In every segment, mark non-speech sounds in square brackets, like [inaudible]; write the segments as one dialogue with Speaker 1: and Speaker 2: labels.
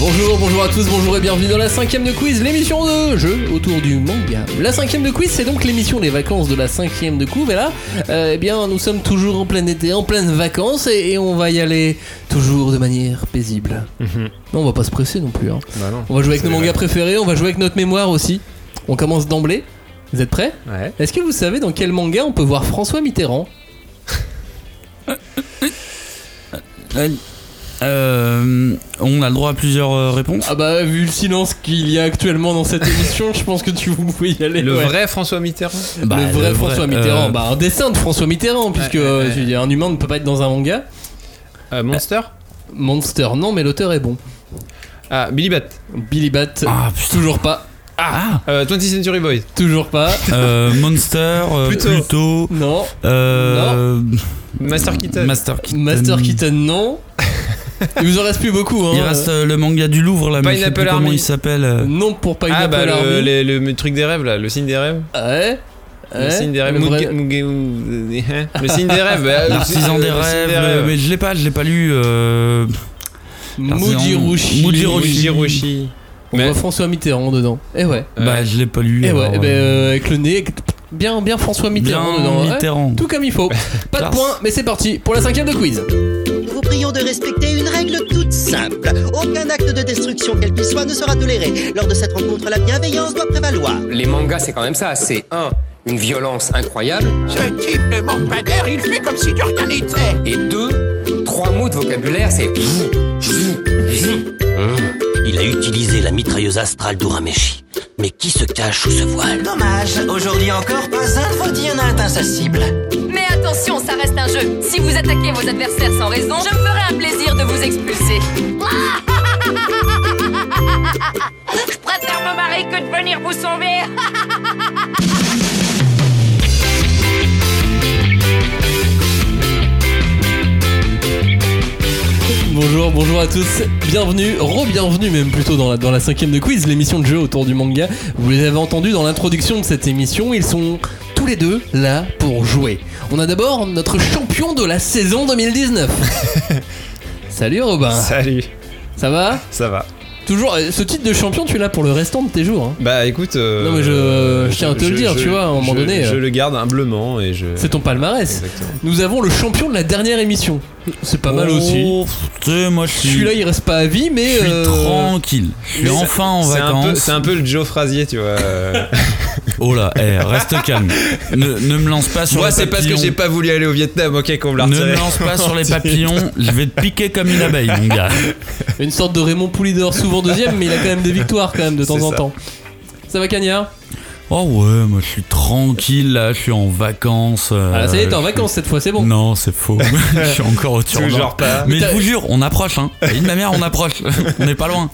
Speaker 1: Bonjour, bonjour à tous, bonjour et bienvenue dans la cinquième de quiz, l'émission de jeu autour du manga. La cinquième de quiz, c'est donc l'émission des vacances de la cinquième de couve. Et là, euh, eh bien, nous sommes toujours en plein été, en pleine vacances, et, et on va y aller toujours de manière paisible. Non, on va pas se presser non plus. hein.
Speaker 2: Bah non.
Speaker 1: On va jouer avec
Speaker 2: Mhm. C'est
Speaker 1: nos mangas préférés, on va jouer avec notre mémoire aussi. On commence d'emblée. Vous êtes prêts
Speaker 2: Ouais.
Speaker 1: Est-ce que vous savez dans quel manga on peut voir François Mitterrand
Speaker 3: Euh, on a le droit à plusieurs euh, réponses.
Speaker 1: Ah bah, vu le silence qu'il y a actuellement dans cette [laughs] émission, je pense que tu vous pouvez y aller.
Speaker 2: Le
Speaker 1: ouais.
Speaker 2: vrai François Mitterrand
Speaker 3: Bah,
Speaker 1: Ah, le vrai François Mitterrand,
Speaker 3: euh,
Speaker 1: bah un dessin de François Mitterrand, puisque
Speaker 2: ouais,
Speaker 1: euh,
Speaker 2: ouais.
Speaker 1: je veux dire, un humain ne peut pas être dans un manga.
Speaker 2: Euh, Monster
Speaker 1: Monster, non, mais l'auteur est bon.
Speaker 2: Ah, Billy Bat.
Speaker 1: Billy Bat,
Speaker 3: Ah putain.
Speaker 1: toujours pas,
Speaker 3: Ah,
Speaker 2: Euh, 20th Century Boys.
Speaker 1: toujours pas,
Speaker 3: euh, Monster, euh,
Speaker 2: Plutôt.
Speaker 3: Pluto,
Speaker 1: non.
Speaker 3: euh,
Speaker 2: Master Keaton.
Speaker 3: Master Keaton.
Speaker 1: Master Keaton, non. Il vous en reste plus beaucoup, hein.
Speaker 3: Il reste euh, le manga du Louvre là, mais je sais
Speaker 2: Pineapple
Speaker 3: plus comment
Speaker 2: Army.
Speaker 3: il s'appelle. euh.
Speaker 1: Non pour Pineapple
Speaker 2: ah bah le,
Speaker 1: Army. Ah,
Speaker 2: les- le, truc des rêves là, le signe des rêves.
Speaker 1: Ouais.
Speaker 2: le
Speaker 1: ouais,
Speaker 2: signe des rêves.
Speaker 1: le vrai-
Speaker 2: Mouga- Mouga- Mouga- hein. Le signe des rêves. bah,
Speaker 3: [laughs] L'artisan
Speaker 2: le-
Speaker 3: des
Speaker 2: le signe
Speaker 3: rêves, euh, mais je l'ai pas, je l'ai pas lu. euh,
Speaker 1: Mujirushi.
Speaker 3: Mujirushi.
Speaker 2: Mujirushi.
Speaker 1: On
Speaker 2: Mais-
Speaker 1: voit François Mitterrand dedans. Eh ouais.
Speaker 2: Ouais.
Speaker 3: Bah, je l'ai pas lu.
Speaker 1: Eh
Speaker 3: alors,
Speaker 1: ouais. eh ben,
Speaker 3: euh,
Speaker 1: euh, avec le nez, bien, bien François Mitterrand
Speaker 3: bien
Speaker 1: dedans. ouais.
Speaker 3: Mitterrand.
Speaker 1: Tout comme il faut. Pas de
Speaker 3: Classe.
Speaker 1: points, mais c'est parti pour la cinquième de quiz.
Speaker 4: Nous vous prions de respecter une règle toute simple. Aucun acte de destruction, quel qu'il soit, ne sera toléré. Lors de cette rencontre, la bienveillance doit prévaloir.
Speaker 5: Les mangas, c'est quand même ça. C'est un, une violence incroyable,
Speaker 6: Ce type ne manque pas d'air, il fait comme si de rien n'était.
Speaker 5: et deux, trois mots de vocabulaire, c'est vous, vous, vous.
Speaker 7: Il a utilisé la mitrailleuse astrale d'Urameshi. Mais qui se cache sous ce voile
Speaker 4: Dommage, aujourd'hui encore, pas un de vos dix en a atteint sa cible.
Speaker 8: Mais attention, ça reste un jeu. Si vous attaquez vos adversaires sans raison, je me ferai un plaisir de vous expulser. [laughs] Je préfère me marier que de venir vous sauver.
Speaker 1: Bonjour, bonjour à tous, bienvenue, re-bienvenue même plutôt dans la, dans la cinquième de quiz, l'émission de jeu autour du manga. Vous les avez entendus dans l'introduction de cette émission, ils sont tous les deux là pour jouer. On a d'abord notre champion de la saison
Speaker 3: [laughs]
Speaker 1: 2019. Salut Robin,
Speaker 2: Salut.
Speaker 1: ça va
Speaker 2: Ça va.
Speaker 1: Toujours, euh, ce titre de champion tu l'as pour le restant de tes jours. hein.
Speaker 2: Bah écoute. euh,
Speaker 1: Non, mais je- je tiens à te le dire, tu vois, à un moment
Speaker 2: je-
Speaker 1: donné,
Speaker 2: Je
Speaker 1: euh,
Speaker 2: le garde humblement et je.
Speaker 1: C'est ton palmarès.
Speaker 2: Exactement.
Speaker 1: Nous avons le champion de la dernière émission. C'est pas mal aussi.
Speaker 3: Oh, tu sais, moi je suis.
Speaker 1: Celui-là il reste pas à vie mais...
Speaker 3: je suis
Speaker 1: euh,
Speaker 3: tranquille. Je suis
Speaker 2: Mais
Speaker 3: enfin en
Speaker 2: C'est un, peu,
Speaker 3: vacances.
Speaker 2: c'est un peu le Joe Frasier, tu
Speaker 3: [laughs]
Speaker 2: vois. euh.
Speaker 3: Oh là, eh, reste calme. Ne, ne me lance pas sur
Speaker 2: Moi,
Speaker 3: les
Speaker 2: c'est parce que
Speaker 3: papillons.
Speaker 2: j'ai pas voulu aller au Vietnam, ok, qu'on me l'a
Speaker 3: Ne
Speaker 2: retiré.
Speaker 3: me lance pas sur les papillons, je vais te piquer comme une abeille, mon gars.
Speaker 1: Une sorte de Raymond Poulidor, souvent deuxième, mais il a quand même des victoires quand même de temps
Speaker 2: C'est
Speaker 1: en
Speaker 2: ça.
Speaker 1: temps. Ça va Cagnard
Speaker 3: Oh ouais, moi je suis tranquille là, je suis en vacances. euh,
Speaker 1: Ah, Ça y est, t'es en
Speaker 3: je-
Speaker 1: vacances cette fois, c'est bon.
Speaker 3: Non, c'est faux. [laughs] je suis encore au tournant.
Speaker 2: Toujours pas.
Speaker 3: Mais je
Speaker 1: T'as-
Speaker 3: vous jure, on approche, hein. Et de ma mère, on approche. [laughs] on n'est pas loin.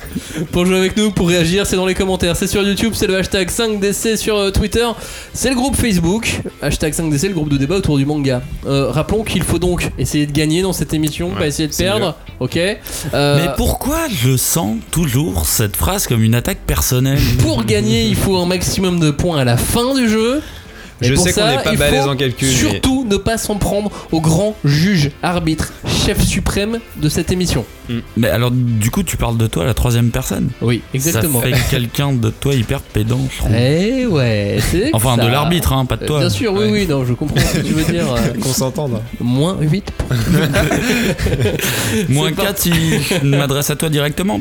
Speaker 1: Pour jouer avec nous, pour réagir, c'est dans les commentaires, c'est sur YouTube, c'est le hashtag 5DC sur euh, Twitter, c'est le groupe Facebook, hashtag 5DC, le groupe de débat autour du manga. Euh, rappelons qu'il faut donc essayer de gagner dans cette émission, pas essayer de
Speaker 2: c'est
Speaker 1: perdre, ok Euh,
Speaker 3: Mais pourquoi je sens toujours cette phrase comme une attaque personnelle
Speaker 1: Pour gagner, il faut un maximum de points à la fin du jeu. Et
Speaker 2: Je
Speaker 1: pour
Speaker 2: sais qu'on
Speaker 1: ça,
Speaker 2: n'est pas
Speaker 1: il
Speaker 2: balèze
Speaker 1: faut
Speaker 2: en calcul, mais-
Speaker 1: Surtout ne pas s'en prendre au grand juge, arbitre, chef suprême de cette émission.
Speaker 3: Mais alors, du coup, tu parles de toi à la troisième personne.
Speaker 1: Oui, exactement.
Speaker 3: Ça fait quelqu'un de toi hyper pédant, je trouve.
Speaker 1: Eh ouais, c'est que
Speaker 3: Enfin,
Speaker 1: ça.
Speaker 3: de l'arbitre, hein, pas de
Speaker 1: Euh,
Speaker 3: toi.
Speaker 1: Bien sûr, oui,
Speaker 2: Ouais.
Speaker 1: oui, non, je comprends ce que tu veux dire. euh,
Speaker 2: Qu'on s'entende.
Speaker 1: moins 8 points.
Speaker 3: Moins
Speaker 1: C'est pas-
Speaker 3: 4 si je m'adresse à toi directement,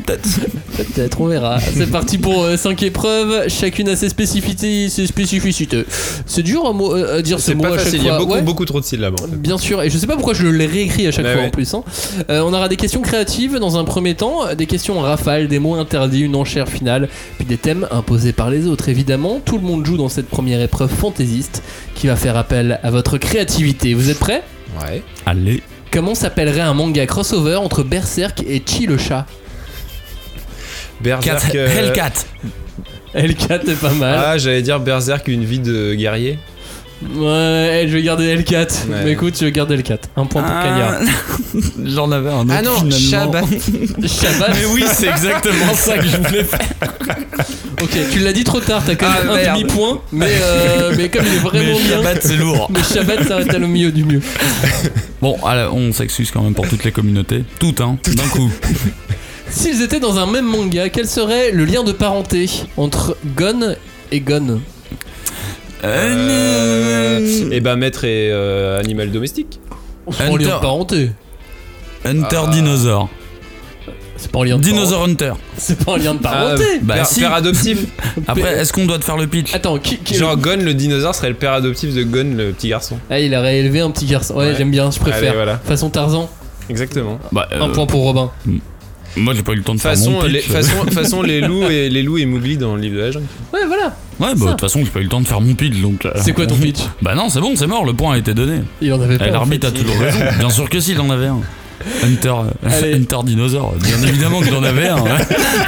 Speaker 1: [laughs]
Speaker 3: peut-être.
Speaker 1: Peut-être, on verra. C'est parti pour 5 épreuves. Chacune a ses spécificités. Ses spécificités. C'est dur à, mo- euh, à dire ce
Speaker 2: C'est
Speaker 1: mot
Speaker 2: pas
Speaker 1: à chaque
Speaker 2: facile, il y
Speaker 1: fois.
Speaker 2: a beaucoup,
Speaker 1: Ouais.
Speaker 2: beaucoup trop de syllabes. en fait.
Speaker 1: Bien sûr, et je sais pas pourquoi je le réécris à chaque
Speaker 2: Ouais,
Speaker 1: fois en
Speaker 2: ouais.
Speaker 1: plus. hein. Euh, on aura des questions créatives dans un premier temps, des questions en rafale, des mots interdits, une enchère finale, puis des thèmes imposés par les autres. Évidemment, tout le monde joue dans cette première épreuve fantaisiste qui va faire appel à votre créativité. Vous êtes prêts
Speaker 2: Ouais.
Speaker 3: Allez.
Speaker 1: Comment s'appellerait un manga crossover entre Berserk et Chi le chat
Speaker 2: Berserk.
Speaker 3: Quatre-
Speaker 2: euh,
Speaker 3: Hellcat.
Speaker 1: L4 est pas mal.
Speaker 2: Ah, j'allais dire Berserk, une vie de guerrier.
Speaker 1: Ouais, eh, je vais garder L4.
Speaker 2: Ouais.
Speaker 1: Mais écoute, je garde L4. Un point pour Kanya.
Speaker 3: Ah, [laughs] J'en avais un autre.
Speaker 1: [laughs]
Speaker 3: finalement.
Speaker 2: Shabbat.
Speaker 1: Shabbat.
Speaker 3: Mais oui, c'est exactement ça que je voulais faire.
Speaker 1: Ok, tu l'as dit trop tard, t'as quand même
Speaker 2: Ah,
Speaker 1: un
Speaker 2: merde.
Speaker 1: demi-point. Mais, euh, mais comme il est [laughs] vraiment
Speaker 3: Mais
Speaker 1: bien.
Speaker 3: Shabbat, c'est lourd.
Speaker 1: Mais Shabbat s'arrête à le milieu du mieux.
Speaker 3: Bon, alors, on s'excuse quand même pour toutes les communautés. Toutes, hein, d'un coup.
Speaker 1: S'ils étaient dans un même manga, quel serait le lien de parenté entre Gon et Gon
Speaker 3: Euh,
Speaker 2: et bah maître et euh, animal domestique.
Speaker 1: C'est pas en lien
Speaker 3: Hunter.
Speaker 1: de parenté.
Speaker 3: Hunter
Speaker 1: bah,
Speaker 3: Dinosaur.
Speaker 1: C'est pas en lien de parenté.
Speaker 3: Dinosaur Hunter.
Speaker 1: C'est pas en lien de parenté.
Speaker 3: Bah,
Speaker 2: père,
Speaker 3: si.
Speaker 2: Euh, père
Speaker 3: [laughs]
Speaker 2: adoptif.
Speaker 3: Après, est-ce qu'on doit te faire le pitch
Speaker 1: Attends, qui, qui-
Speaker 2: Genre Gon le dinosaure serait le père adoptif de Gon le petit garçon.
Speaker 1: Ah, il a réélevé un petit garçon. Ouais,
Speaker 2: Ouais.
Speaker 1: j'aime bien, je préfère.
Speaker 2: Allez, voilà.
Speaker 1: Façon Tarzan,
Speaker 2: Exactement.
Speaker 3: Bah, euh,
Speaker 1: Ah, un point pour Robin.
Speaker 3: Moi, j'ai pas eu le temps de faire
Speaker 2: Façon,
Speaker 3: mon pitch.
Speaker 2: les, façon, façon les loups et les loups et Mowgli dans le livre de la jungle.
Speaker 1: Ouais, voilà.
Speaker 3: Ouais, bah, de toute façon, j'ai pas eu le temps de faire mon pitch, donc. euh,
Speaker 1: C'est quoi ton pitch Ah,
Speaker 3: Bah, non, c'est bon, c'est mort, le point a été donné.
Speaker 1: Il en avait
Speaker 3: Eh,
Speaker 1: pas. en
Speaker 3: L'arbitre a toujours raison. Bien sûr que si, il en
Speaker 1: [laughs]
Speaker 3: avait un. Hunter,
Speaker 1: Allez.
Speaker 3: euh, Hunter Dinosaur. Bien évidemment que j'en avais un. hein.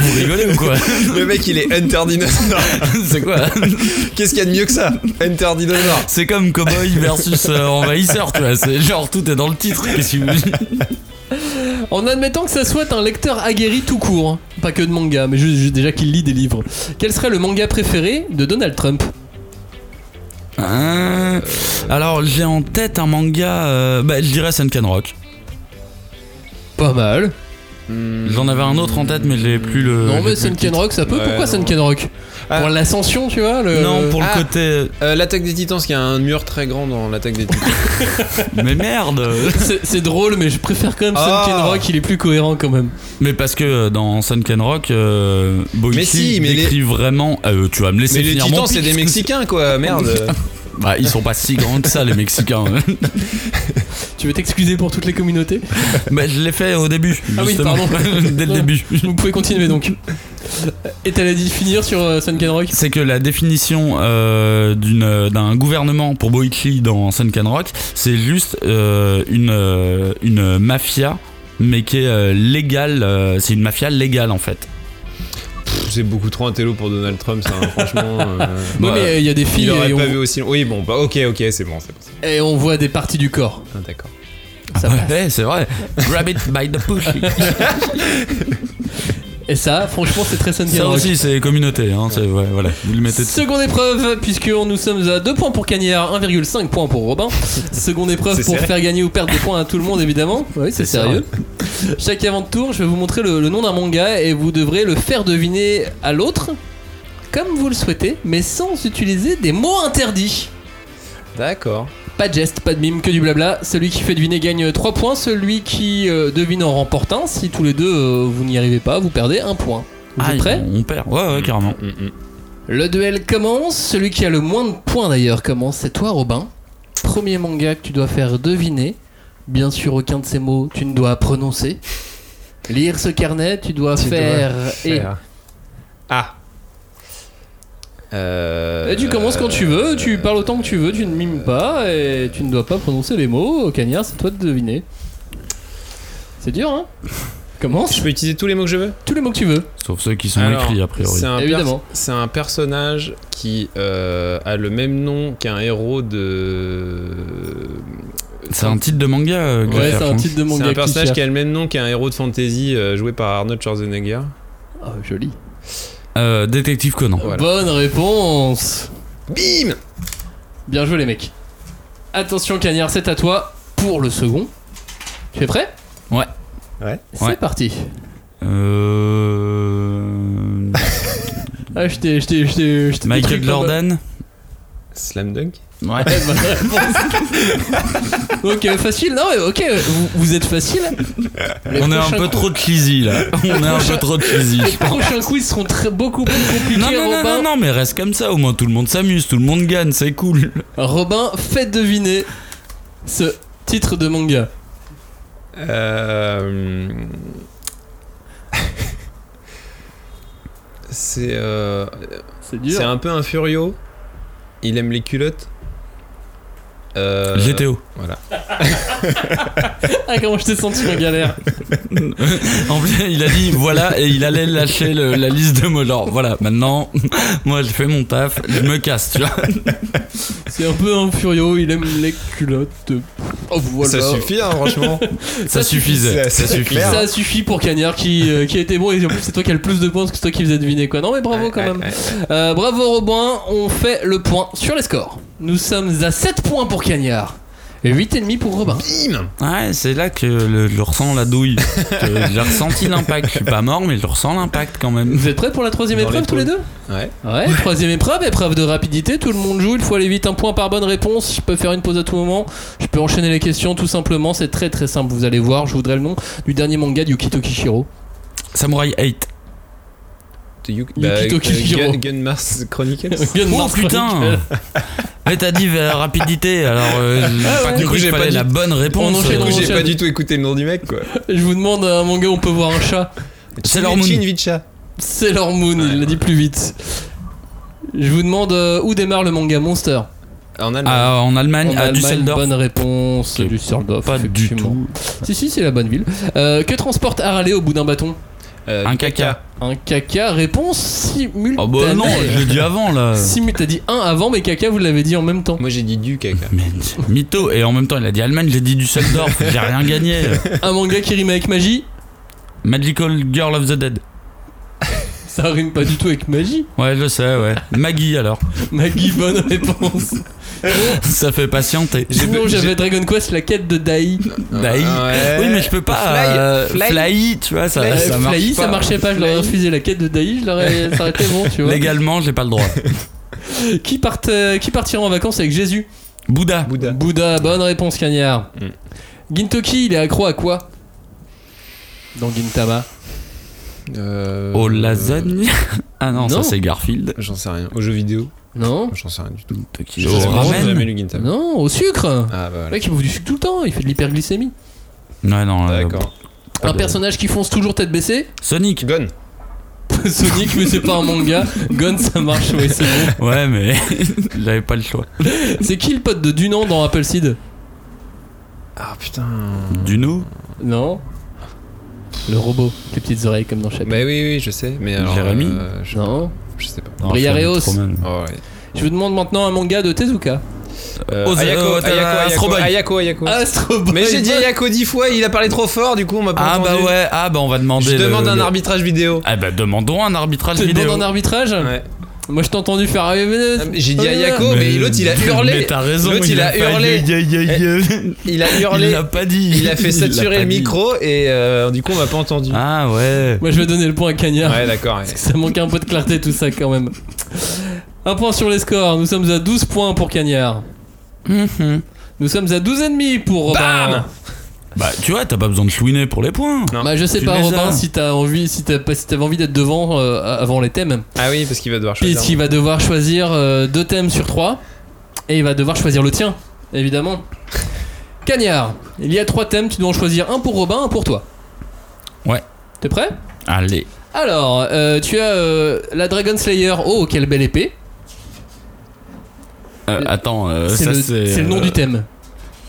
Speaker 3: Vous rigolez ou quoi
Speaker 2: Le mec il est Hunter dinosaure.
Speaker 3: [laughs] C'est quoi
Speaker 2: Qu'est-ce qu'il y a de mieux que ça Hunter dinosaure.
Speaker 3: C'est comme Cowboy versus euh, Envahisseur, tu vois. C'est genre tout est dans le titre. Qu'est-ce que vous voulez
Speaker 1: En admettant que ça soit un lecteur aguerri tout court, hein, pas que de manga, mais juste, juste déjà qu'il lit des livres, quel serait le manga préféré de Donald Trump
Speaker 3: Hein Alors, j'ai en tête un manga. euh, bah, je dirais Sunken Rock.
Speaker 1: Pas mal.
Speaker 3: J'en avais un autre en tête, mais j'ai plus le.
Speaker 1: non, mais
Speaker 3: Euh, j'ai plus le
Speaker 1: Sunken Rock, ça peut.
Speaker 2: Ouais,
Speaker 1: Pourquoi
Speaker 2: non.
Speaker 1: Sunken Rock
Speaker 2: Ah.
Speaker 1: Pour l'ascension, tu vois le...
Speaker 3: titre. Non, pour
Speaker 2: Ah.
Speaker 3: le côté.
Speaker 2: Euh, l'attaque des titans, parce qu'il y a un mur très grand dans l'attaque des
Speaker 3: [laughs]
Speaker 2: titans.
Speaker 3: Mais merde
Speaker 1: [laughs]
Speaker 2: [laughs]
Speaker 1: C'est c'est drôle, mais je préfère quand même
Speaker 2: Ah.
Speaker 1: Sunken Rock, il est plus cohérent quand même.
Speaker 3: Mais parce que euh, dans Sunken Rock, euh, Boichi
Speaker 2: Mais si, mais
Speaker 3: décrit vraiment. euh, tu vas me laisser
Speaker 2: Mais les
Speaker 3: finir mon
Speaker 2: titans, c'est
Speaker 3: pitch.
Speaker 2: des mexicains
Speaker 3: [laughs]
Speaker 2: quoi, merde.
Speaker 3: Bah, ils sont pas si grands que ça, les
Speaker 2: [laughs]
Speaker 3: Mexicains.
Speaker 1: Tu veux t'excuser pour toutes les communautés
Speaker 3: bah, je l'ai fait au début.
Speaker 1: Ah oui,
Speaker 3: justement.
Speaker 1: pardon.
Speaker 3: [laughs] Dès le début.
Speaker 2: [laughs]
Speaker 1: Vous pouvez continuer donc. Et t'allais dit finir sur euh, Sunken Rock
Speaker 3: C'est que la définition euh, d'une- d'un gouvernement pour Boichi dans Sunken Rock, c'est juste euh, une, euh, une mafia, mais qui est euh, légale. euh, c'est une mafia légale en fait.
Speaker 2: Pff, C'est beaucoup trop un télo pour Donald Trump, ça,
Speaker 3: [laughs]
Speaker 2: hein, franchement. euh,
Speaker 1: Ouais,
Speaker 3: Bah,
Speaker 1: mais euh, il y a des filles
Speaker 2: Il aurait
Speaker 1: et on,
Speaker 2: pas vu aussi long. Oui, bon, bah ok, ok, c'est bon, c'est bon. c'est bon.
Speaker 1: et on voit des parties du corps.
Speaker 2: Ah, D'accord.
Speaker 1: Ça passe.
Speaker 3: Ouais, Ah bah, eh, c'est vrai. Grab it by the push.
Speaker 1: [laughs] Et ça, franchement, c'est très Sunken
Speaker 3: Ça
Speaker 1: Rock.
Speaker 3: aussi, c'est communauté. Hein, c'est- ouais, voilà. Vous le mettez dessus.
Speaker 1: Seconde épreuve, puisque nous sommes à 2 points pour Cagnard, 1,5 points pour Robin. Seconde épreuve
Speaker 2: C'est
Speaker 1: pour
Speaker 2: serré.
Speaker 1: faire gagner ou perdre des points à tout le monde, évidemment. Oui, c'est sérieux. Chaque avant-tour, je vais vous montrer le, le nom d'un manga et vous devrez le faire deviner à l'autre, comme vous le souhaitez, mais sans utiliser des mots interdits.
Speaker 2: D'accord.
Speaker 1: Pas de geste, pas de mime, que du blabla. Celui qui fait deviner gagne 3 points. Celui qui euh, devine en remporte un. Si tous les deux euh, vous n'y arrivez pas, vous perdez un point. Vous êtes
Speaker 3: Aïe,
Speaker 1: prêts
Speaker 3: Ah, On perd. Ouais, ouais, carrément.
Speaker 1: Le duel commence. Celui qui a le moins de points d'ailleurs commence. C'est toi, Robin. Premier manga que tu dois faire deviner. Bien sûr, aucun de ces mots tu ne dois prononcer. Lire ce carnet, tu dois
Speaker 2: Tu dois
Speaker 1: faire. et...
Speaker 2: Faire. Ah. Euh,
Speaker 1: Et tu commences quand tu veux, tu parles autant que tu veux, tu ne mimes pas et tu ne dois pas prononcer les mots. Cagnard, c'est toi de deviner. C'est dur, hein Commence
Speaker 2: Je peux utiliser tous les mots que je veux
Speaker 1: tous les mots que tu veux.
Speaker 3: Sauf ceux qui sont
Speaker 2: Alors,
Speaker 3: écrits, a priori.
Speaker 2: C'est un, per-
Speaker 1: Évidemment.
Speaker 2: c'est un personnage qui euh, a le même nom qu'un héros de.
Speaker 3: C'est un titre de manga. euh, que
Speaker 1: Ouais,
Speaker 3: je
Speaker 1: c'est
Speaker 3: cherche,
Speaker 1: un
Speaker 3: hein.
Speaker 1: titre de
Speaker 2: C'est
Speaker 1: manga.
Speaker 2: un
Speaker 1: qui
Speaker 2: personnage
Speaker 1: cherche.
Speaker 2: qui a le même nom qu'un héros de fantasy euh, joué par Arnold Schwarzenegger.
Speaker 1: Ah, joli.
Speaker 3: Euh, Détective Conan.
Speaker 2: Voilà.
Speaker 1: Bonne réponse.
Speaker 2: Bim
Speaker 1: Bien joué les mecs. Attention Cagnard, c'est à toi pour le second. Tu es prêt
Speaker 3: Ouais.
Speaker 2: Ouais.
Speaker 1: C'est
Speaker 3: Ouais.
Speaker 1: parti.
Speaker 3: Euh...
Speaker 1: Ah, je t'ai, je t'ai, je t'ai, je t'ai détruit
Speaker 3: Michael
Speaker 1: comme-
Speaker 3: Jordan.
Speaker 2: Slam Dunk
Speaker 3: Ouais.
Speaker 1: Ouais, bah, bonne réponse. ok, facile. Non, mais ok, vous, vous êtes facile. Les
Speaker 3: [laughs] On est un
Speaker 1: prochains
Speaker 3: peu
Speaker 1: quiz-
Speaker 3: trop cheesy là. On est un peu trop
Speaker 2: [laughs]
Speaker 3: cheesy.
Speaker 1: Les prochains quiz seront très, beaucoup plus compliqués.
Speaker 3: Non, non, non,
Speaker 1: Robin.
Speaker 3: non, non, mais reste comme ça. Au moins tout le monde s'amuse, tout le monde gagne, c'est cool.
Speaker 1: Robin, faites deviner ce titre de manga.
Speaker 2: Euh, [laughs] c'est euh,
Speaker 1: C'est
Speaker 2: c'est
Speaker 1: dur.
Speaker 2: un peu un furio. Il aime les culottes. Euh,
Speaker 3: GTO.
Speaker 2: Voilà.
Speaker 1: Ah, comment je t'ai senti en galère.
Speaker 3: En plus, il a dit voilà et il allait lâcher le- la liste de mots. Genre voilà, maintenant, [laughs] moi je fais mon taf, je me casse, tu vois.
Speaker 1: C'est un peu un furio, il aime les culottes. Oh, voilà.
Speaker 2: Ça suffit, hein,
Speaker 3: [laughs]
Speaker 2: franchement.
Speaker 3: Ça,
Speaker 2: c'est-
Speaker 3: suffisait.
Speaker 2: c'est
Speaker 3: Ça suffit.
Speaker 2: clair.
Speaker 1: Ça suffit pour Cagnard qui, euh, qui a été bon et en plus c'est toi qui as le plus de points parce que c'est toi qui faisais deviner quoi. Non mais bravo quand même. Euh, bravo Robin, on fait le point sur les scores. Nous sommes à 7 points pour Cagnard 8,5 pour Robin.
Speaker 2: Bim
Speaker 3: Ouais, c'est là que le- je ressens la douille. Que J'ai ressenti l'impact. Je suis pas mort, mais je ressens l'impact quand même.
Speaker 1: Vous êtes prêts pour la troisième
Speaker 2: Dans
Speaker 1: épreuve tous les deux
Speaker 2: Ouais.
Speaker 1: Ouais, troisième épreuve, épreuve de rapidité, tout le monde joue, il faut aller vite, un point par bonne réponse, je peux faire une pause à tout moment, je peux enchaîner les questions tout simplement, c'est très très simple, vous allez voir, je voudrais le nom du dernier manga de Yukito Kishiro.
Speaker 3: Samurai 8.
Speaker 2: De Yu-
Speaker 1: Yukito
Speaker 2: euh,
Speaker 1: Kishiro.
Speaker 2: Gun, Gunmars Chronicles
Speaker 1: Gun
Speaker 3: Oh
Speaker 1: Mars
Speaker 2: [laughs]
Speaker 3: putain
Speaker 1: Chronicle.
Speaker 3: Ouais, t'as dit euh, rapidité, alors euh, j'ai pas
Speaker 2: Ah ouais. Du coup,
Speaker 3: compris
Speaker 2: j'ai
Speaker 3: qu'il
Speaker 2: pas
Speaker 3: fallait
Speaker 2: dit-
Speaker 3: la bonne réponse. euh.
Speaker 1: On
Speaker 2: Du
Speaker 1: enchaîne,
Speaker 2: coup,
Speaker 1: on
Speaker 2: j'ai
Speaker 1: enchaîne.
Speaker 2: pas du tout écouté le nom du mec quoi.
Speaker 1: Euh, Je vous demande un manga où on peut voir un chat.
Speaker 3: C'est leur moon.
Speaker 2: Chin Vicha.
Speaker 1: C'est leur moon, il l'a dit plus vite. Je vous demande euh, où démarre le manga Monster
Speaker 2: En allemand.
Speaker 3: Ah, en Allemagne,
Speaker 1: En
Speaker 3: à
Speaker 1: Allemagne,
Speaker 3: Düsseldorf.
Speaker 1: Bonne réponse,
Speaker 3: Ok.
Speaker 1: Düsseldorf.
Speaker 3: Pas du
Speaker 1: effectivement.
Speaker 3: tout.
Speaker 1: Si, si, c'est la bonne ville. Euh, que transporte Haralé au bout d'un bâton
Speaker 2: Euh,
Speaker 3: Un
Speaker 2: du
Speaker 3: caca.
Speaker 1: Un caca, réponse simultanée.
Speaker 3: Oh bah non, je l'ai dit avant
Speaker 1: [laughs]
Speaker 3: là.
Speaker 1: Simu, t'as dit un avant, mais caca, vous l'avez dit en même temps.
Speaker 2: Moi j'ai dit du caca.
Speaker 3: Mais mytho, et en même temps il a dit Allemagne, j'ai
Speaker 1: [laughs]
Speaker 3: dit Düsseldorf, j'ai rien gagné.
Speaker 1: Un manga qui rime avec magie,
Speaker 3: Magical Girl of the Dead.
Speaker 1: ça rime pas du tout avec magie.
Speaker 3: Ouais, je sais, ouais. Maggie alors.
Speaker 1: Maggie, bonne réponse.
Speaker 3: Ça fait patienter.
Speaker 1: Sinon, j'avais Dragon Quest, la quête de Dai.
Speaker 3: Daï.
Speaker 2: Ah Ouais.
Speaker 3: Oui, mais je peux pas.
Speaker 2: Fly,
Speaker 3: euh,
Speaker 2: fly.
Speaker 3: fly, tu vois, ça,
Speaker 1: Euh,
Speaker 3: ça marche
Speaker 1: Fly,
Speaker 3: pas.
Speaker 1: ça marchait pas, je l'aurais refusé. La quête de Dai, je l'aurais-
Speaker 3: [laughs]
Speaker 1: ça aurait été bon, tu vois.
Speaker 3: Légalement, j'ai pas
Speaker 1: [laughs]
Speaker 3: le droit.
Speaker 1: Qui, part, euh, qui partira en vacances avec Jésus
Speaker 3: Bouddha.
Speaker 2: Bouddha.
Speaker 1: Bouddha, bonne réponse, Cagnard.
Speaker 3: Mm.
Speaker 1: Gintoki, il est accro à quoi Dans Gintama.
Speaker 2: Euh,
Speaker 3: Au lasagne. Oh, Ah non,
Speaker 1: Non.
Speaker 3: ça c'est Garfield.
Speaker 2: J'en sais rien. Aux jeux vidéo.
Speaker 1: Non
Speaker 2: J'en sais rien du tout.
Speaker 3: Tokyo.
Speaker 2: Je sais
Speaker 1: Oh,
Speaker 3: Au
Speaker 2: pas, j'ai jamais
Speaker 3: ramen.
Speaker 2: lu Gintama.
Speaker 1: Non, au sucre
Speaker 2: Ah bah
Speaker 1: Le
Speaker 2: voilà.
Speaker 1: mec, il bouffe du sucre tout le temps, il fait de l'hyperglycémie.
Speaker 3: Ouais, non. euh,
Speaker 2: D'accord.
Speaker 1: Un personnage qui fonce toujours tête baissée [laughs]
Speaker 3: Sonic.
Speaker 2: Gun.
Speaker 1: Sonic, mais c'est pas un manga. Gon, ça marche, ouais, c'est bon.
Speaker 3: Ouais, mais [laughs] j'avais pas le choix.
Speaker 1: C'est qui le pote de Dunan dans Apple Seed
Speaker 2: Ah putain.
Speaker 3: Duno
Speaker 1: Non Le robot, les petites oreilles comme dans Chappelle.
Speaker 2: Bah oui, oui, je sais. Mais alors.
Speaker 3: Jérémy Euh,
Speaker 2: euh, je,
Speaker 1: Non
Speaker 2: je sais pas.
Speaker 3: Non,
Speaker 1: Briareos.
Speaker 3: c'est trop mal.
Speaker 2: Oh, ouais.
Speaker 1: Je vous demande maintenant un manga de Tezuka.
Speaker 2: Euh,
Speaker 3: Oz-
Speaker 2: Ayako,
Speaker 3: euh,
Speaker 2: Ayako, Ayako,
Speaker 3: Astroboy.
Speaker 2: Ayako, Ayako.
Speaker 3: Ah,
Speaker 1: Astro Boy.
Speaker 2: Mais j'ai dit Ayako dix fois, il a parlé trop fort, du coup on m'a pas
Speaker 3: Ah bah
Speaker 2: entendu.
Speaker 3: ouais, ah bah on va demander.
Speaker 2: Je
Speaker 3: le-
Speaker 2: demande un
Speaker 3: le-
Speaker 2: arbitrage vidéo.
Speaker 3: Ah bah demandons un arbitrage
Speaker 1: Tu te
Speaker 3: vidéo.
Speaker 1: demandes un arbitrage
Speaker 3: Ah.
Speaker 2: Ouais.
Speaker 1: Moi, je t'ai entendu faire.
Speaker 2: Ah, mais j'ai dit Ayako. mais l'autre, il a
Speaker 3: Mais
Speaker 2: hurlé.
Speaker 3: t'as raison,
Speaker 2: L'autre, il a
Speaker 3: pas
Speaker 2: hurlé.
Speaker 3: dit, aïe, aïe, aïe, aïe.
Speaker 2: Il a
Speaker 3: Il
Speaker 2: hurlé.
Speaker 3: l'a pas dit.
Speaker 2: Il
Speaker 3: [laughs]
Speaker 2: a fait
Speaker 3: l'a
Speaker 2: saturer
Speaker 3: pas
Speaker 2: le
Speaker 3: dit.
Speaker 2: micro et euh, du coup on m'a pas entendu.
Speaker 3: Ah ouais.
Speaker 1: Moi, je vais donner le point à
Speaker 3: Ah.
Speaker 1: Cagnard.
Speaker 2: Ouais, d'accord. ouais.
Speaker 1: Parce que ça manque un peu de clarté, tout ça, quand même. Un point sur les scores. Nous sommes à 12 points pour Cagnard.
Speaker 3: Mhm.
Speaker 1: Nous sommes à 12,5 pour Robin.
Speaker 2: Bam
Speaker 3: Bah tu vois, t'as pas besoin de chouiner pour les points.
Speaker 2: Non.
Speaker 1: Bah je sais
Speaker 3: Tu
Speaker 1: pas
Speaker 3: les
Speaker 1: Robin
Speaker 3: as.
Speaker 1: si t'as envie si t'as pas- si t'avais envie d'être devant euh, avant les thèmes.
Speaker 2: Ah oui, parce qu'il va devoir choisir.
Speaker 1: Puisqu'il va devoir choisir euh, deux thèmes sur trois et il va devoir choisir le tien évidemment. Cagnard, il y a trois thèmes, tu dois en choisir un pour Robin, un pour toi.
Speaker 3: Ouais.
Speaker 1: T'es prêt
Speaker 3: Allez.
Speaker 1: Alors, euh, tu as euh, la Dragon Slayer. Oh, quelle belle épée.
Speaker 3: Euh, attends, euh,
Speaker 1: c'est
Speaker 3: ça
Speaker 1: le,
Speaker 3: c'est.
Speaker 1: c'est le nom
Speaker 3: euh,
Speaker 1: du thème.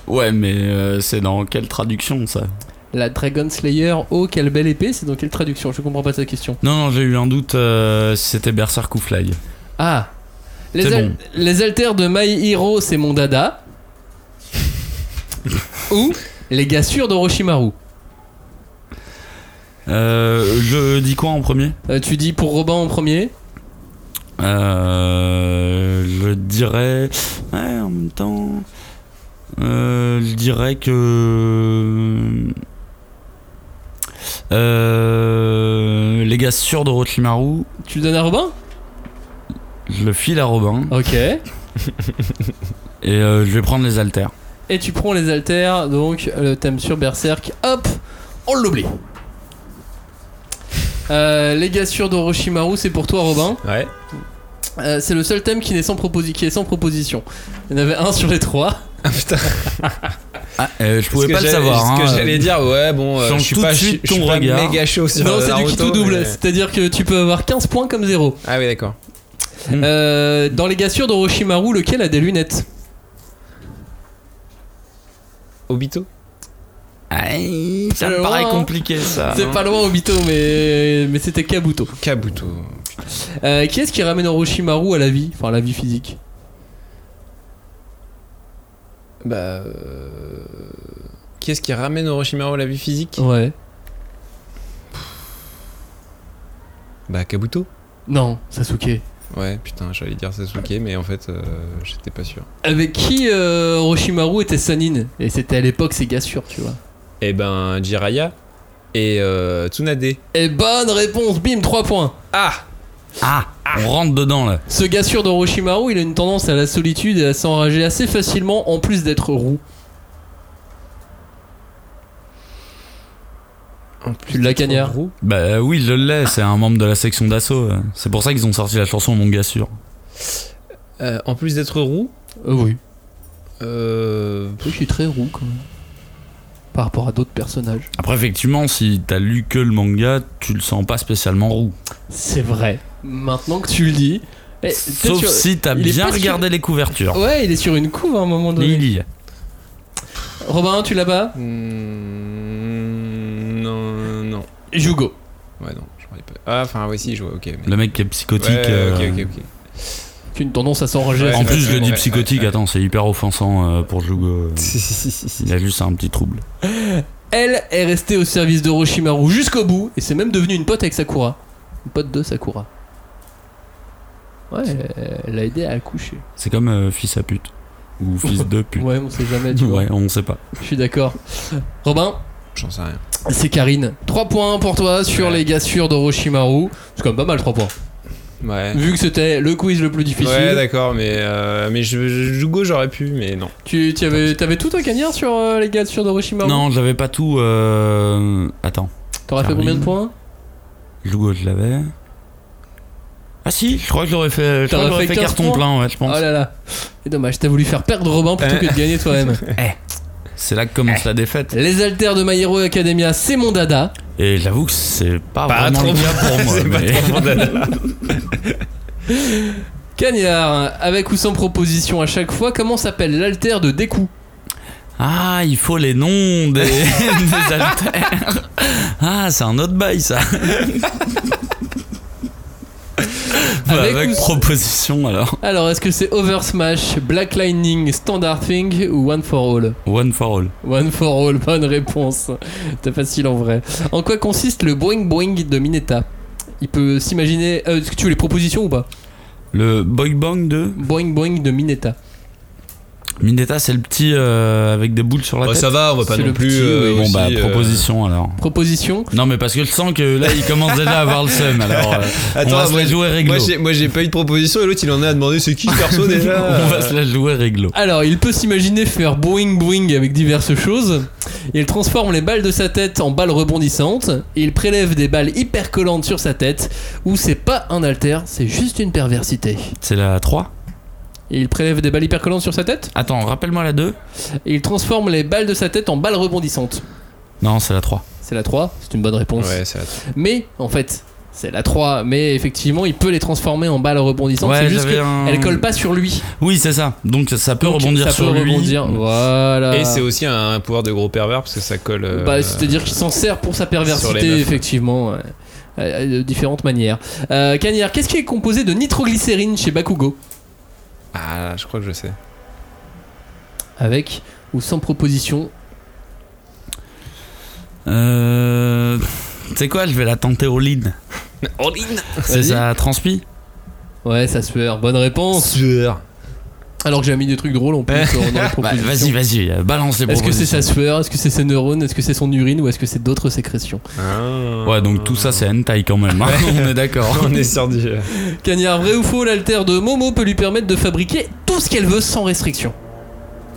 Speaker 3: Ouais, mais euh, c'est dans quelle traduction ça
Speaker 1: La Dragon Slayer. Oh, quelle belle épée. C'est dans quelle traduction Je comprends pas ta question.
Speaker 3: Non, non, j'ai eu un doute euh, si c'était Berserk ou Fly.
Speaker 1: Ah les,
Speaker 3: C'est
Speaker 1: al-
Speaker 3: bon.
Speaker 1: les altères de My Hero, c'est mon
Speaker 3: [laughs]
Speaker 1: dada. Ou les gassures d'Orochimaru.
Speaker 3: Euh, je dis quoi en premier
Speaker 1: Euh, tu dis pour Robin en premier.
Speaker 3: Euh, je dirais. Ouais, en même temps. Euh, je dirais que. Euh, les gars sûrs de Rochimaru,
Speaker 1: Tu le donnes à Robin
Speaker 3: je le file à Robin
Speaker 1: Ok.
Speaker 3: et euh, je vais prendre les haltères.
Speaker 1: Et tu prends les altères, donc le thème sur Berserk. Hop On l'oublie. Euh, les gassures d'Orochimaru, c'est pour toi, Robin.
Speaker 2: Ouais.
Speaker 1: Euh, c'est le seul thème qui, n'est sans proposi- qui est sans proposition. Il y en avait un sur les trois.
Speaker 2: Ah putain.
Speaker 3: Ah, euh,
Speaker 2: Parce
Speaker 3: je pouvais
Speaker 2: que
Speaker 3: pas le
Speaker 2: j'allais-
Speaker 3: savoir.
Speaker 2: Ce que
Speaker 3: hein.
Speaker 2: j'allais dire, ouais, bon, euh,
Speaker 3: Change
Speaker 2: je suis
Speaker 3: tout
Speaker 2: pas,
Speaker 3: de
Speaker 2: je suis
Speaker 3: suite
Speaker 2: je suis
Speaker 3: ton
Speaker 2: pas
Speaker 3: regard.
Speaker 2: méga chaud sur
Speaker 1: Non, c'est du
Speaker 2: Naruto,
Speaker 1: qui tout double.
Speaker 2: mais-
Speaker 1: C'est-à-dire que tu peux avoir 15 points comme zéro.
Speaker 2: Ah oui, d'accord. Hmm.
Speaker 1: Euh, dans les gassures d'Orochimaru, lequel a des lunettes
Speaker 2: Obito
Speaker 3: Aïe, ça me
Speaker 1: C'est
Speaker 3: paraît
Speaker 1: loin, hein.
Speaker 3: compliqué ça.
Speaker 1: C'est pas loin, Obito, mais, mais c'était Kabuto.
Speaker 2: Kabuto.
Speaker 1: Euh, qui est-ce qui ramène Orochimaru à la vie Enfin, à la vie physique.
Speaker 2: Bah. euh, Qui est-ce qui ramène Orochimaru à la vie physique
Speaker 1: Ouais.
Speaker 2: Bah, Kabuto.
Speaker 1: Non, Sasuke.
Speaker 2: Ouais, putain, j'allais dire Sasuke, mais en fait, euh, j'étais pas sûr.
Speaker 1: Avec qui euh, Orochimaru était Sanine Et c'était à l'époque, c'est gars sûr, tu vois.
Speaker 2: Eh ben, Jiraya et euh, Tsunade.
Speaker 1: Et Eh, bonne réponse, bim, 3 points.
Speaker 2: Ah
Speaker 3: Ah, on rentre dedans là.
Speaker 1: Ce gars sûr d'Orochimaru, il a une tendance à la solitude et à s'enrager assez facilement en plus d'être roux. Tu l'as cagnard.
Speaker 3: Bah euh, oui, je l'ai, c'est un membre de la section d'assaut. euh. C'est pour ça qu'ils ont sorti la chanson Mon gars sûr.
Speaker 2: Euh, en plus d'être roux,
Speaker 1: Euh, oui.
Speaker 2: euh,
Speaker 1: Oui, je suis très roux quand même. Par rapport à d'autres personnages.
Speaker 3: Après, effectivement, si t'as lu que le manga, tu le sens pas spécialement roux.
Speaker 1: C'est vrai. Maintenant que tu le dis. eh,
Speaker 3: Sauf
Speaker 1: t'es sur-
Speaker 3: si t'as
Speaker 1: il est
Speaker 3: bien
Speaker 1: pas sur-
Speaker 3: regardé les couvertures.
Speaker 1: Ouais, il est sur une couve à un moment
Speaker 3: Mais
Speaker 1: donné.
Speaker 3: il y est.
Speaker 1: Robin, tu l'as pas
Speaker 2: hmm, non, non.
Speaker 1: Jugo.
Speaker 2: Ouais, non, je parlais pas. Ah, enfin, ouais, si, je vois, ok. Mais...
Speaker 3: Le mec qui est psychotique.
Speaker 2: Ouais,
Speaker 3: euh,
Speaker 2: ok, ok, ok.
Speaker 1: Tu as une tendance à s'enrager.
Speaker 2: Ouais,
Speaker 1: à
Speaker 3: En
Speaker 1: se-
Speaker 2: c'est
Speaker 3: plus, je le
Speaker 2: vrai,
Speaker 3: dis
Speaker 2: ouais,
Speaker 3: psychotique,
Speaker 2: ouais, ouais.
Speaker 3: attends, c'est hyper offensant euh, pour Jugo. Il a juste un petit trouble.
Speaker 1: Elle est restée au service de Roshimaru jusqu'au bout et c'est même devenue une pote avec Sakura. Une pote de Sakura. Ouais, elle- elle l'a aidé à accoucher.
Speaker 3: C'est comme euh, fils à pute. Ou
Speaker 1: [laughs]
Speaker 3: fils de pute.
Speaker 1: Ouais, on sait jamais, tu vois.
Speaker 3: Ouais, on sait pas.
Speaker 1: Je suis d'accord. Robin,
Speaker 2: J'en sais rien.
Speaker 1: c'est Karine. 3 points pour toi sur
Speaker 2: Ouais.
Speaker 1: les gars sûrs de Roshimaru. C'est quand même pas mal 3 points.
Speaker 2: Ouais.
Speaker 1: Vu que c'était le quiz le plus difficile,
Speaker 2: Ouais, d'accord, mais, euh, mais je, je- Jugo, j'aurais pu, mais non.
Speaker 1: tu tu avais, t'avais tout toi Cagnard sur euh, les gars sûrs de Roshimaru
Speaker 3: Non, j'avais pas tout. euh, Attends.
Speaker 1: T'aurais fait
Speaker 3: Karine.
Speaker 1: combien de points
Speaker 3: Jugo, je l'avais. Ah si, je crois que j'aurais fait, je crois
Speaker 1: T'aurais
Speaker 3: que j'aurais
Speaker 1: fait
Speaker 3: fait
Speaker 1: 15
Speaker 3: carton
Speaker 1: points
Speaker 3: plein, ouais, je pense.
Speaker 1: Oh là là. C'est dommage, t'as voulu faire perdre Robin plutôt que de gagner
Speaker 3: [laughs]
Speaker 1: toi-même.
Speaker 3: C'est là que commence
Speaker 1: Eh.
Speaker 3: la défaite.
Speaker 1: Les altères de My Hero Academia, c'est mon dada.
Speaker 3: Et j'avoue que c'est pas,
Speaker 2: Pas
Speaker 3: vraiment
Speaker 2: trop
Speaker 3: le cas
Speaker 1: [laughs]
Speaker 3: pour moi.
Speaker 2: C'est pas
Speaker 3: mais-
Speaker 2: trop mon dada.
Speaker 1: Cagnard, avec ou sans proposition à chaque fois, comment s'appelle l'altère de Deku
Speaker 3: Ah, il faut les noms des, [laughs] des haltères. Ah, c'est un autre bail ça.
Speaker 2: Ah,
Speaker 3: Bah,
Speaker 1: Avec
Speaker 3: avec
Speaker 1: ou-
Speaker 3: proposition alors.
Speaker 1: Alors, est-ce que c'est Over Smash, Black Lightning, Standard Thing ou One for All
Speaker 3: One for all.
Speaker 1: One for All, [laughs] bonne réponse. C'était facile en vrai. En quoi consiste le Boing Boing de Mineta Il peut s'imaginer. euh, est-ce que tu veux les propositions ou pas
Speaker 3: Le boy bang de
Speaker 1: Boing Boing de Mineta.
Speaker 3: Mineta, c'est le petit euh, avec des boules sur la
Speaker 2: Bah,
Speaker 3: tête.
Speaker 2: ça va, on va
Speaker 1: C'est
Speaker 2: pas
Speaker 1: le
Speaker 2: non plus.
Speaker 1: petit,
Speaker 2: euh,
Speaker 1: oui.
Speaker 3: Bon
Speaker 2: aussi,
Speaker 3: bah
Speaker 2: euh,
Speaker 3: proposition alors.
Speaker 1: Proposition
Speaker 3: Non mais parce que je sens que là il commence déjà à avoir le seum alors. euh, on va
Speaker 2: Attends,
Speaker 3: se
Speaker 2: moi,
Speaker 3: la jouer réglo.
Speaker 2: moi, j'ai- moi j'ai pas eu de proposition et l'autre il en a demandé c'est qui ce
Speaker 3: [laughs]
Speaker 2: perso déjà
Speaker 3: on va se la jouer réglo.
Speaker 1: Alors, il peut s'imaginer faire boing boing avec diverses choses. Il transforme les balles de sa tête en balles rebondissantes. Il prélève des balles hyper collantes sur sa tête. Ou c'est pas un alter, c'est juste une perversité.
Speaker 3: C'est la 3
Speaker 1: Et il prélève des balles hyper collantes sur sa tête.
Speaker 3: Attends, rappelle-moi la 2
Speaker 1: Et il transforme les balles de sa tête en balles rebondissantes.
Speaker 3: Non, c'est la 3.
Speaker 1: C'est la 3, c'est une bonne réponse.
Speaker 2: Ouais, ça
Speaker 1: Mais, en fait, c'est la 3. Mais effectivement, il peut les transformer en balles rebondissantes.
Speaker 3: Ouais,
Speaker 1: c'est juste
Speaker 3: j'avais
Speaker 1: qu'elles
Speaker 3: un-
Speaker 1: collent pas sur lui.
Speaker 3: Oui, c'est ça. Donc ça peut
Speaker 1: Donc,
Speaker 3: rebondir
Speaker 1: ça
Speaker 3: sur
Speaker 1: peut
Speaker 3: lui.
Speaker 1: rebondir. Voilà.
Speaker 3: Ah.
Speaker 2: Et c'est aussi un, un pouvoir de gros pervers parce que ça colle. euh,
Speaker 1: Bah, c'est-à-dire qu'il s'en sert pour sa
Speaker 2: sur
Speaker 1: perversité,
Speaker 2: les meufs.
Speaker 1: effectivement, ouais. Euh, de différentes manières. Euh, Cagnard, qu'est-ce qui est composé de nitroglycérine chez Bakugo
Speaker 2: Ah, je crois que je sais.
Speaker 1: Avec ou sans proposition
Speaker 3: Euh. C'est quoi, je vais la tenter all in. [laughs] C'est
Speaker 1: Vas-y.
Speaker 3: ça transpi
Speaker 1: Ouais, ça sueur, bonne réponse.
Speaker 2: Sueur.
Speaker 1: Alors que j'ai mis des trucs drôles en plus euh, dans les
Speaker 3: [laughs] Bah,
Speaker 1: propositions.
Speaker 3: Vas-y, vas-y, euh, balance les
Speaker 1: Est-ce que c'est sa
Speaker 3: propositions.
Speaker 1: sueur Est-ce que c'est ses neurones Est-ce que c'est son urine Ou est-ce que c'est d'autres sécrétions
Speaker 3: Ouais, donc tout ça c'est hentai quand
Speaker 1: [laughs]
Speaker 3: même. hein. On est d'accord.
Speaker 2: Ah. [laughs] On est sur du. euh,
Speaker 1: Cagnard, vrai ou faux, l'altère de Momo peut lui permettre de fabriquer tout ce qu'elle veut sans restriction.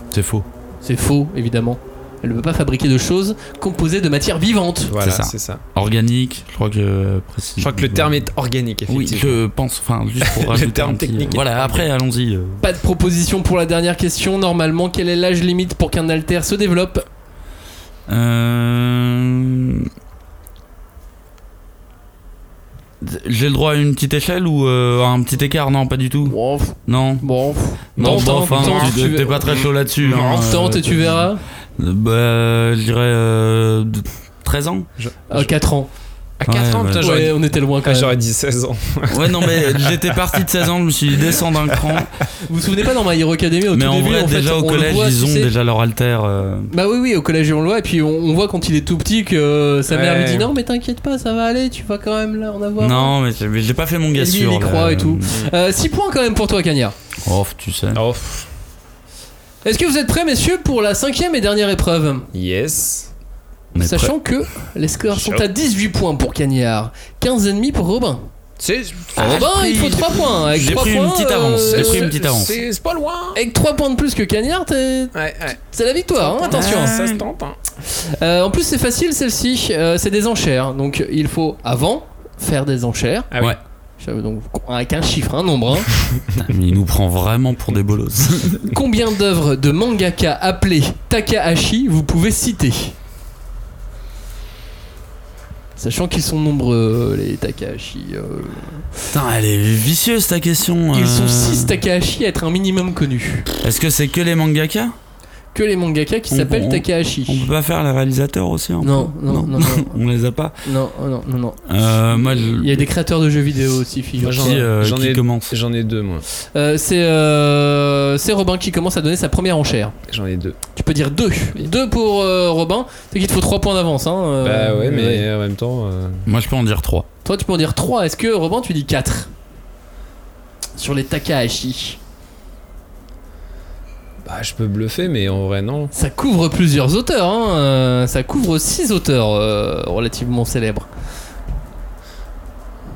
Speaker 3: C'est faux.
Speaker 1: C'est faux, évidemment. Elle ne peut pas fabriquer de choses composées de matières vivantes.
Speaker 2: Voilà,
Speaker 3: ça.
Speaker 2: c'est ça.
Speaker 3: Organique, je crois que je précise.
Speaker 2: Je crois que le terme est organique,
Speaker 3: Oui,
Speaker 2: effectivement.
Speaker 3: je pense. Enfin, juste
Speaker 1: [laughs]
Speaker 3: pour rajouter
Speaker 2: terme
Speaker 3: un petit- euh,
Speaker 2: technique.
Speaker 3: Voilà, après, allons-y. euh.
Speaker 1: Pas de proposition pour la dernière question. Normalement, quel est l'âge limite pour qu'un alter se développe
Speaker 3: Euh... J'ai le droit à une petite échelle ou euh, à un petit écart Non, pas du tout.
Speaker 1: Bon, pff,
Speaker 3: Non.
Speaker 1: bon. pff.
Speaker 3: Non,
Speaker 1: Tente,
Speaker 3: bah,
Speaker 1: hein,
Speaker 3: enfin,
Speaker 1: tente,
Speaker 3: tu-
Speaker 1: tu
Speaker 3: t'es
Speaker 1: ver-
Speaker 3: pas très chaud là-dessus. hein, euh,
Speaker 1: Tente et tu verras.
Speaker 3: Bah, je dirais euh, 13 ans.
Speaker 2: Je-
Speaker 1: Euh, 4 ans.
Speaker 2: À 4
Speaker 3: Ouais,
Speaker 2: ans,
Speaker 3: bah,
Speaker 2: putain, j'aurais
Speaker 1: Ouais, on était loin quand
Speaker 2: ah,
Speaker 1: même.
Speaker 2: j'aurais dit 16 ans.
Speaker 3: Ouais, non, mais j'étais parti de 16 ans, je me suis dit descends
Speaker 1: [laughs]
Speaker 3: d'un cran.
Speaker 1: Vous vous souvenez pas dans My Hero Academy au
Speaker 3: mais
Speaker 1: tout
Speaker 3: en
Speaker 1: début
Speaker 3: vrai,
Speaker 1: en fait,
Speaker 3: déjà au
Speaker 1: on le
Speaker 3: collège,
Speaker 1: voit,
Speaker 3: ils
Speaker 1: tu
Speaker 3: ont
Speaker 1: sais-
Speaker 3: déjà leur alter. euh,
Speaker 1: Bah oui, oui, au collège, on le voit. Et puis on, on voit quand il est tout petit que euh, sa mère
Speaker 2: Ouais.
Speaker 1: lui dit Non, mais t'inquiète pas, ça va aller, tu vas quand même là en avoir.
Speaker 3: Non, mais j'ai- mais j'ai pas fait mon
Speaker 1: Et
Speaker 3: gars
Speaker 1: lui, il
Speaker 3: sûr. euh,
Speaker 1: y
Speaker 3: là.
Speaker 1: croit et tout. 6 points quand même pour toi, Cagnard.
Speaker 3: Oh, tu sais.
Speaker 2: Oh, pff,
Speaker 1: Est-ce que vous êtes prêts, messieurs, pour la cinquième et dernière épreuve
Speaker 2: yes.
Speaker 3: On est prêt.
Speaker 1: Sachant que les scores sont à 18 points pour Cagnard, 15 et demi pour Robin. Ah,
Speaker 2: C'est
Speaker 1: Robin, il faut 3 points. Avec
Speaker 3: J'ai
Speaker 1: 3
Speaker 3: pris
Speaker 1: points,
Speaker 3: une petite avance,
Speaker 1: euh,
Speaker 3: j'ai pris une petite avance.
Speaker 2: c'est c'est pas loin.
Speaker 1: Avec 3 points de plus que Cagnard, t'es-
Speaker 2: Ouais, ouais.
Speaker 1: c'est la victoire, hein, attention.
Speaker 5: Ah.
Speaker 2: ça se tente. hein.
Speaker 1: Euh, en plus, c'est facile celle-ci, euh, c'est des enchères. Donc il faut avant faire des enchères.
Speaker 2: Ah oui.
Speaker 3: Ouais.
Speaker 1: Ça veut Donc, avec un chiffre, un nombre.
Speaker 3: [laughs]
Speaker 1: hein.
Speaker 3: Putain, mais il nous prend vraiment pour
Speaker 1: [laughs]
Speaker 3: des bolos.
Speaker 1: Combien d'œuvres de mangaka appelés Takahashi vous pouvez citer Sachant qu'ils sont nombreux, euh, les Takahashi. euh.
Speaker 3: Putain, elle est vicieuse ta question.
Speaker 1: Ils sont
Speaker 3: euh.
Speaker 1: 6 Takahashi à être un minimum connus.
Speaker 3: Est-ce que c'est que les mangaka
Speaker 1: Que les mangaka qui
Speaker 3: On-
Speaker 1: s'appellent
Speaker 3: on-
Speaker 1: Takahashi.
Speaker 3: On peut pas faire les réalisateurs aussi hein
Speaker 1: Non, non, non, non. [laughs]
Speaker 3: On les a pas.
Speaker 1: Non, oh non, non, non.
Speaker 3: Euh, moi, je-
Speaker 1: Il y a des créateurs de jeux vidéo aussi, figure.
Speaker 2: Moi, j'en-
Speaker 3: qui, euh,
Speaker 2: j'en
Speaker 3: qui
Speaker 2: ai-
Speaker 3: commence
Speaker 2: J'en ai deux, moi.
Speaker 1: Euh, c'est euh, c'est Robin qui commence à donner sa première enchère.
Speaker 2: J'en ai deux.
Speaker 1: Tu peux dire deux. Deux pour euh, Robin. C'est qu'il te faut trois points d'avance. Hein, euh,
Speaker 2: bah ouais, mais en même temps. euh,
Speaker 3: Moi, je peux en dire trois.
Speaker 1: Toi, tu peux en dire trois. Est-ce que Robin, tu dis quatre Sur les Takahashi.
Speaker 2: Bah, je peux bluffer, mais en vrai, non.
Speaker 1: Ça couvre plusieurs auteurs. hein, euh, Ça couvre six auteurs euh, relativement célèbres.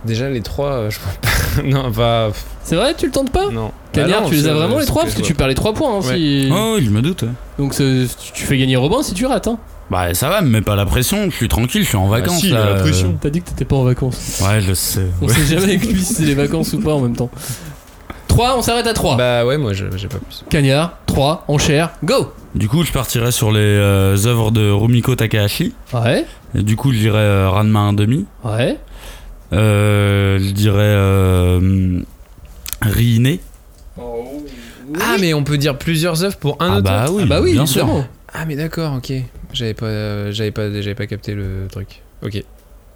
Speaker 2: Déjà, les trois, euh, je vois pas. [laughs] non, pas. pff,
Speaker 1: C'est vrai, tu le tentes pas
Speaker 2: Non.
Speaker 1: Cagnard,
Speaker 2: Bah non,
Speaker 3: Ah
Speaker 1: Ah. tu les
Speaker 2: c'est-
Speaker 1: as vraiment les
Speaker 2: c'est
Speaker 1: trois
Speaker 2: que
Speaker 1: parce que
Speaker 2: je
Speaker 1: tu
Speaker 2: vois.
Speaker 1: perds les trois points. hein,
Speaker 2: Ouais.
Speaker 1: si-
Speaker 3: Oh, oui, je me doute. ouais.
Speaker 1: Donc c'est- tu fais gagner Robin si tu rates. Hein.
Speaker 3: Bah, ça va, me mets pas la pression. Je suis tranquille, je suis
Speaker 1: Bah,
Speaker 3: en vacances.
Speaker 2: si, il a
Speaker 3: là,
Speaker 2: la
Speaker 3: euh,
Speaker 2: pression.
Speaker 1: T'as dit que t'étais pas en vacances.
Speaker 3: Ouais, je sais.
Speaker 1: On
Speaker 3: ouais.
Speaker 1: sait jamais avec lui si c'est les vacances ou pas en même temps. 3, on s'arrête à 3.
Speaker 2: Bah ouais, moi, je- j'ai pas plus.
Speaker 1: Cagnard, 3, enchère, go
Speaker 3: Du coup, je partirais sur les euh, œuvres de Rumiko Takahashi.
Speaker 1: Ouais,
Speaker 3: Et du coup, je dirais euh, Ranma 1,5.
Speaker 1: ouais,
Speaker 3: Euh, je dirais euh, Riine.
Speaker 2: Ah, mais on peut dire plusieurs œuvres pour un
Speaker 3: Ah
Speaker 2: auteur.
Speaker 3: bah oui,
Speaker 1: Ah bah oui,
Speaker 3: bien
Speaker 1: évidemment.
Speaker 3: sûr.
Speaker 2: Ah, mais d'accord, ok. J'avais pas, euh, j'avais pas, j'avais pas capté le truc. Ok.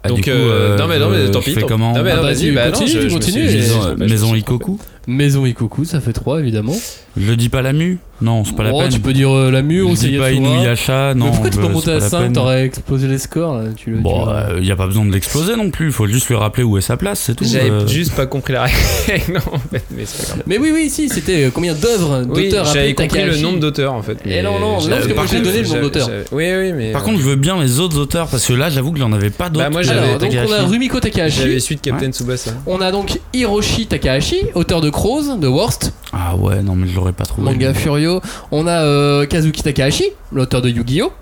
Speaker 3: Ah,
Speaker 2: Donc,
Speaker 3: du coup,
Speaker 2: euh, non, mais non, mais
Speaker 3: je-
Speaker 2: tant
Speaker 3: je
Speaker 2: pis,
Speaker 3: fais
Speaker 2: tant pis.
Speaker 3: comment
Speaker 2: Non, mais
Speaker 1: Ah
Speaker 2: non,
Speaker 1: bah,
Speaker 2: vas-y,
Speaker 1: tu
Speaker 2: bah non,
Speaker 1: continues,
Speaker 2: je-
Speaker 1: tu
Speaker 2: je me
Speaker 1: continues.
Speaker 2: suis- je me suis
Speaker 3: Maison, euh,
Speaker 2: trompé, je me
Speaker 3: Maison
Speaker 2: suis
Speaker 3: Ikoku.
Speaker 1: Maison Ikoku, ça fait 3 évidemment.
Speaker 3: Je dis pas la mue Non, c'est pas la
Speaker 1: oh,
Speaker 3: peine.
Speaker 1: tu peux dire euh, la mue ou
Speaker 3: je dis pas Inuyasha, non.
Speaker 1: Mais pourquoi tu
Speaker 3: je-
Speaker 1: peux
Speaker 3: c'est
Speaker 1: monter à
Speaker 3: la
Speaker 1: 5
Speaker 3: peine.
Speaker 1: T'aurais euh. explosé les scores là. Tu le, tu
Speaker 3: Bon,
Speaker 1: le-
Speaker 3: il n'y a pas besoin de l'exploser non plus, il faut juste lui rappeler où est sa place, c'est tout.
Speaker 2: J'avais
Speaker 3: euh.
Speaker 2: juste pas compris la règle. [laughs] non, en fait, mais c'est pas grave.
Speaker 1: Mais oui, oui, si, c'était euh, combien d'œuvres
Speaker 2: Oui,
Speaker 1: d'auteurs
Speaker 2: j'avais
Speaker 1: appelés
Speaker 2: compris le
Speaker 1: Takahashi
Speaker 2: nombre d'auteurs en fait.
Speaker 1: Eh
Speaker 2: mais
Speaker 1: non, non, non,
Speaker 2: j'avais-
Speaker 1: parce que
Speaker 2: par
Speaker 1: moi, j'ai
Speaker 2: contre,
Speaker 1: donné le nombre
Speaker 2: j'avais-
Speaker 1: d'auteurs.
Speaker 2: j'avais- Oui, oui, mais.
Speaker 1: euh.
Speaker 3: Par contre, je veux bien les autres auteurs parce que là, j'avoue que j'en avais pas d'autres.
Speaker 2: Bah, moi,
Speaker 3: que
Speaker 2: j'avais
Speaker 1: Alors, donc on a
Speaker 3: Takahashi.
Speaker 1: Rumiko
Speaker 2: j'avais
Speaker 1: Takahashi.
Speaker 2: su de Captain Tsubasa.
Speaker 1: On a donc Hiroshi Takahashi, auteur de Crows, de Worst,
Speaker 3: Ah ouais, non, mais je l'aurais pas trouvé.
Speaker 1: manga Furio. On a euh, Kazuki Takahashi, l'auteur de Yu-Gi-Oh!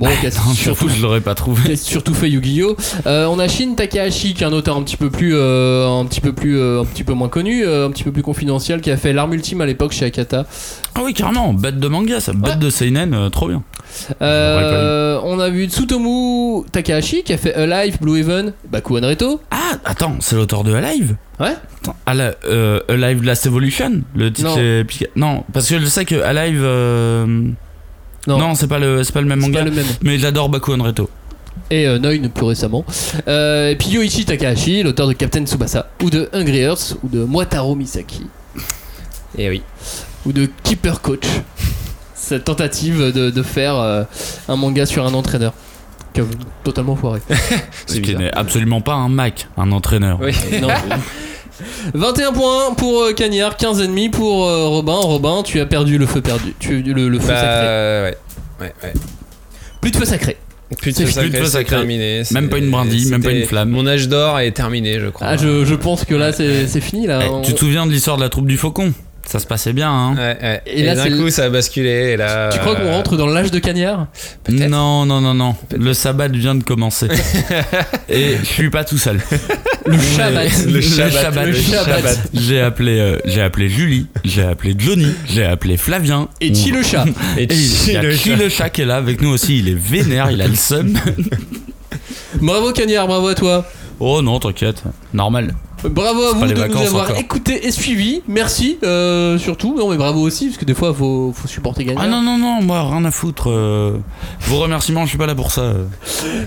Speaker 1: Bon, qui a
Speaker 3: [laughs] Non,
Speaker 1: surtout
Speaker 3: surtout, je l'aurais pas trouvé.
Speaker 1: qui a surtout fait Yu-Gi-Oh. Euh, on a Shin Takahashi, qui est un auteur un petit peu plus, euh, un petit peu plus, euh, un petit peu moins connu, euh, un petit peu plus confidentiel, qui a fait l'arme ultime à l'époque chez Akata.
Speaker 3: Ah oui, carrément, bête de manga, ça, bête de seinen, euh, trop bien.
Speaker 1: Euh, on a vu Tsutomu Takahashi, qui a fait Alive, Blue Heaven, Bakuan Reto.
Speaker 3: Ah, attends, c'est l'auteur de Alive
Speaker 1: Ouais.
Speaker 3: Attends, Ala- euh, Alive Last Evolution Le titre
Speaker 1: Non.
Speaker 3: est piqué- Non, parce que je sais que Alive. euh,
Speaker 1: Non.
Speaker 3: Non, c'est pas, le- c'est pas le même
Speaker 1: C'est
Speaker 3: manga.
Speaker 1: pas le même.
Speaker 3: Mais j'adore Bakuan Reto.
Speaker 1: Et euh, Noin plus récemment. Euh, et puis Yoichi Takahashi, l'auteur de Captain Tsubasa, ou de Hungry Earth, ou de Mwataro Misaki,
Speaker 2: Et oui.
Speaker 1: ou de Keeper Coach. Cette tentative de, de faire euh, un manga sur un entraîneur. Qui a totalement foiré.
Speaker 3: Ce qui n'est absolument pas un Mac, un entraîneur.
Speaker 2: Oui.
Speaker 1: Non. 21 points pour euh, Cagnard, 15 ennemis pour euh, Robin. Robin, tu as perdu le feu perdu, tu, le, le feu sacré.
Speaker 2: Bah ouais. Ouais, ouais.
Speaker 1: Plus de feu sacré.
Speaker 2: Plus de
Speaker 3: C'est
Speaker 2: feu
Speaker 3: plus de
Speaker 2: sacré,
Speaker 3: feu
Speaker 2: c'est
Speaker 3: sacré.
Speaker 2: terminé. c'est-
Speaker 3: Même pas une brindille, même pas une
Speaker 2: c'était-
Speaker 3: flamme.
Speaker 2: Mon âge d'or est terminé, je crois.
Speaker 1: Ah, je, je pense que là, c'est c'est fini. Là.
Speaker 3: Eh,
Speaker 1: On-
Speaker 3: Tu te souviens de l'histoire de la troupe du faucon Ça se passait bien, hein
Speaker 2: Ouais, ouais.
Speaker 1: Et
Speaker 2: Et,
Speaker 1: là, c'est
Speaker 2: d'un
Speaker 1: le-
Speaker 2: coup, ça a basculé. Et là,
Speaker 1: tu crois qu'on
Speaker 2: euh,
Speaker 1: rentre dans l'âge de Cagnard
Speaker 2: peut-être.
Speaker 3: Non, non, non, non. Le sabbat vient de [laughs] commencer. Et je suis pas tout seul.
Speaker 1: Le
Speaker 3: [laughs]
Speaker 1: Shabbat.
Speaker 2: Le Shabbat,
Speaker 1: le Shabbat.
Speaker 3: J'ai appelé, euh, j'ai appelé Julie, j'ai appelé Johnny, j'ai appelé Flavien.
Speaker 1: Et Chi le chat.
Speaker 2: Et
Speaker 3: Et il y a
Speaker 2: le
Speaker 3: Chi le chat qui est là avec nous aussi. Il est vénère, il a le seum.
Speaker 1: Bravo Cagnard, bravo à toi.
Speaker 3: Oh non, t'inquiète. Normal.
Speaker 1: Bravo à
Speaker 3: pas
Speaker 1: vous
Speaker 3: les
Speaker 1: de nous
Speaker 3: vacances
Speaker 1: avoir
Speaker 3: encore.
Speaker 1: écoutés et suivis. Merci euh, surtout. Non mais bravo aussi parce que des fois faut, faut supporter gagnant.
Speaker 3: Ah non, non, non, moi, rien à foutre. euh, Vos remerciements, je suis pas là pour ça. euh.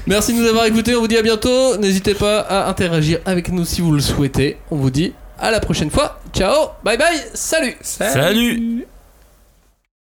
Speaker 1: Merci de nous avoir écoutés. On vous dit à bientôt. N'hésitez pas à interagir avec nous si vous le souhaitez. On vous dit à la prochaine fois. Ciao, bye bye, salut.
Speaker 3: Salut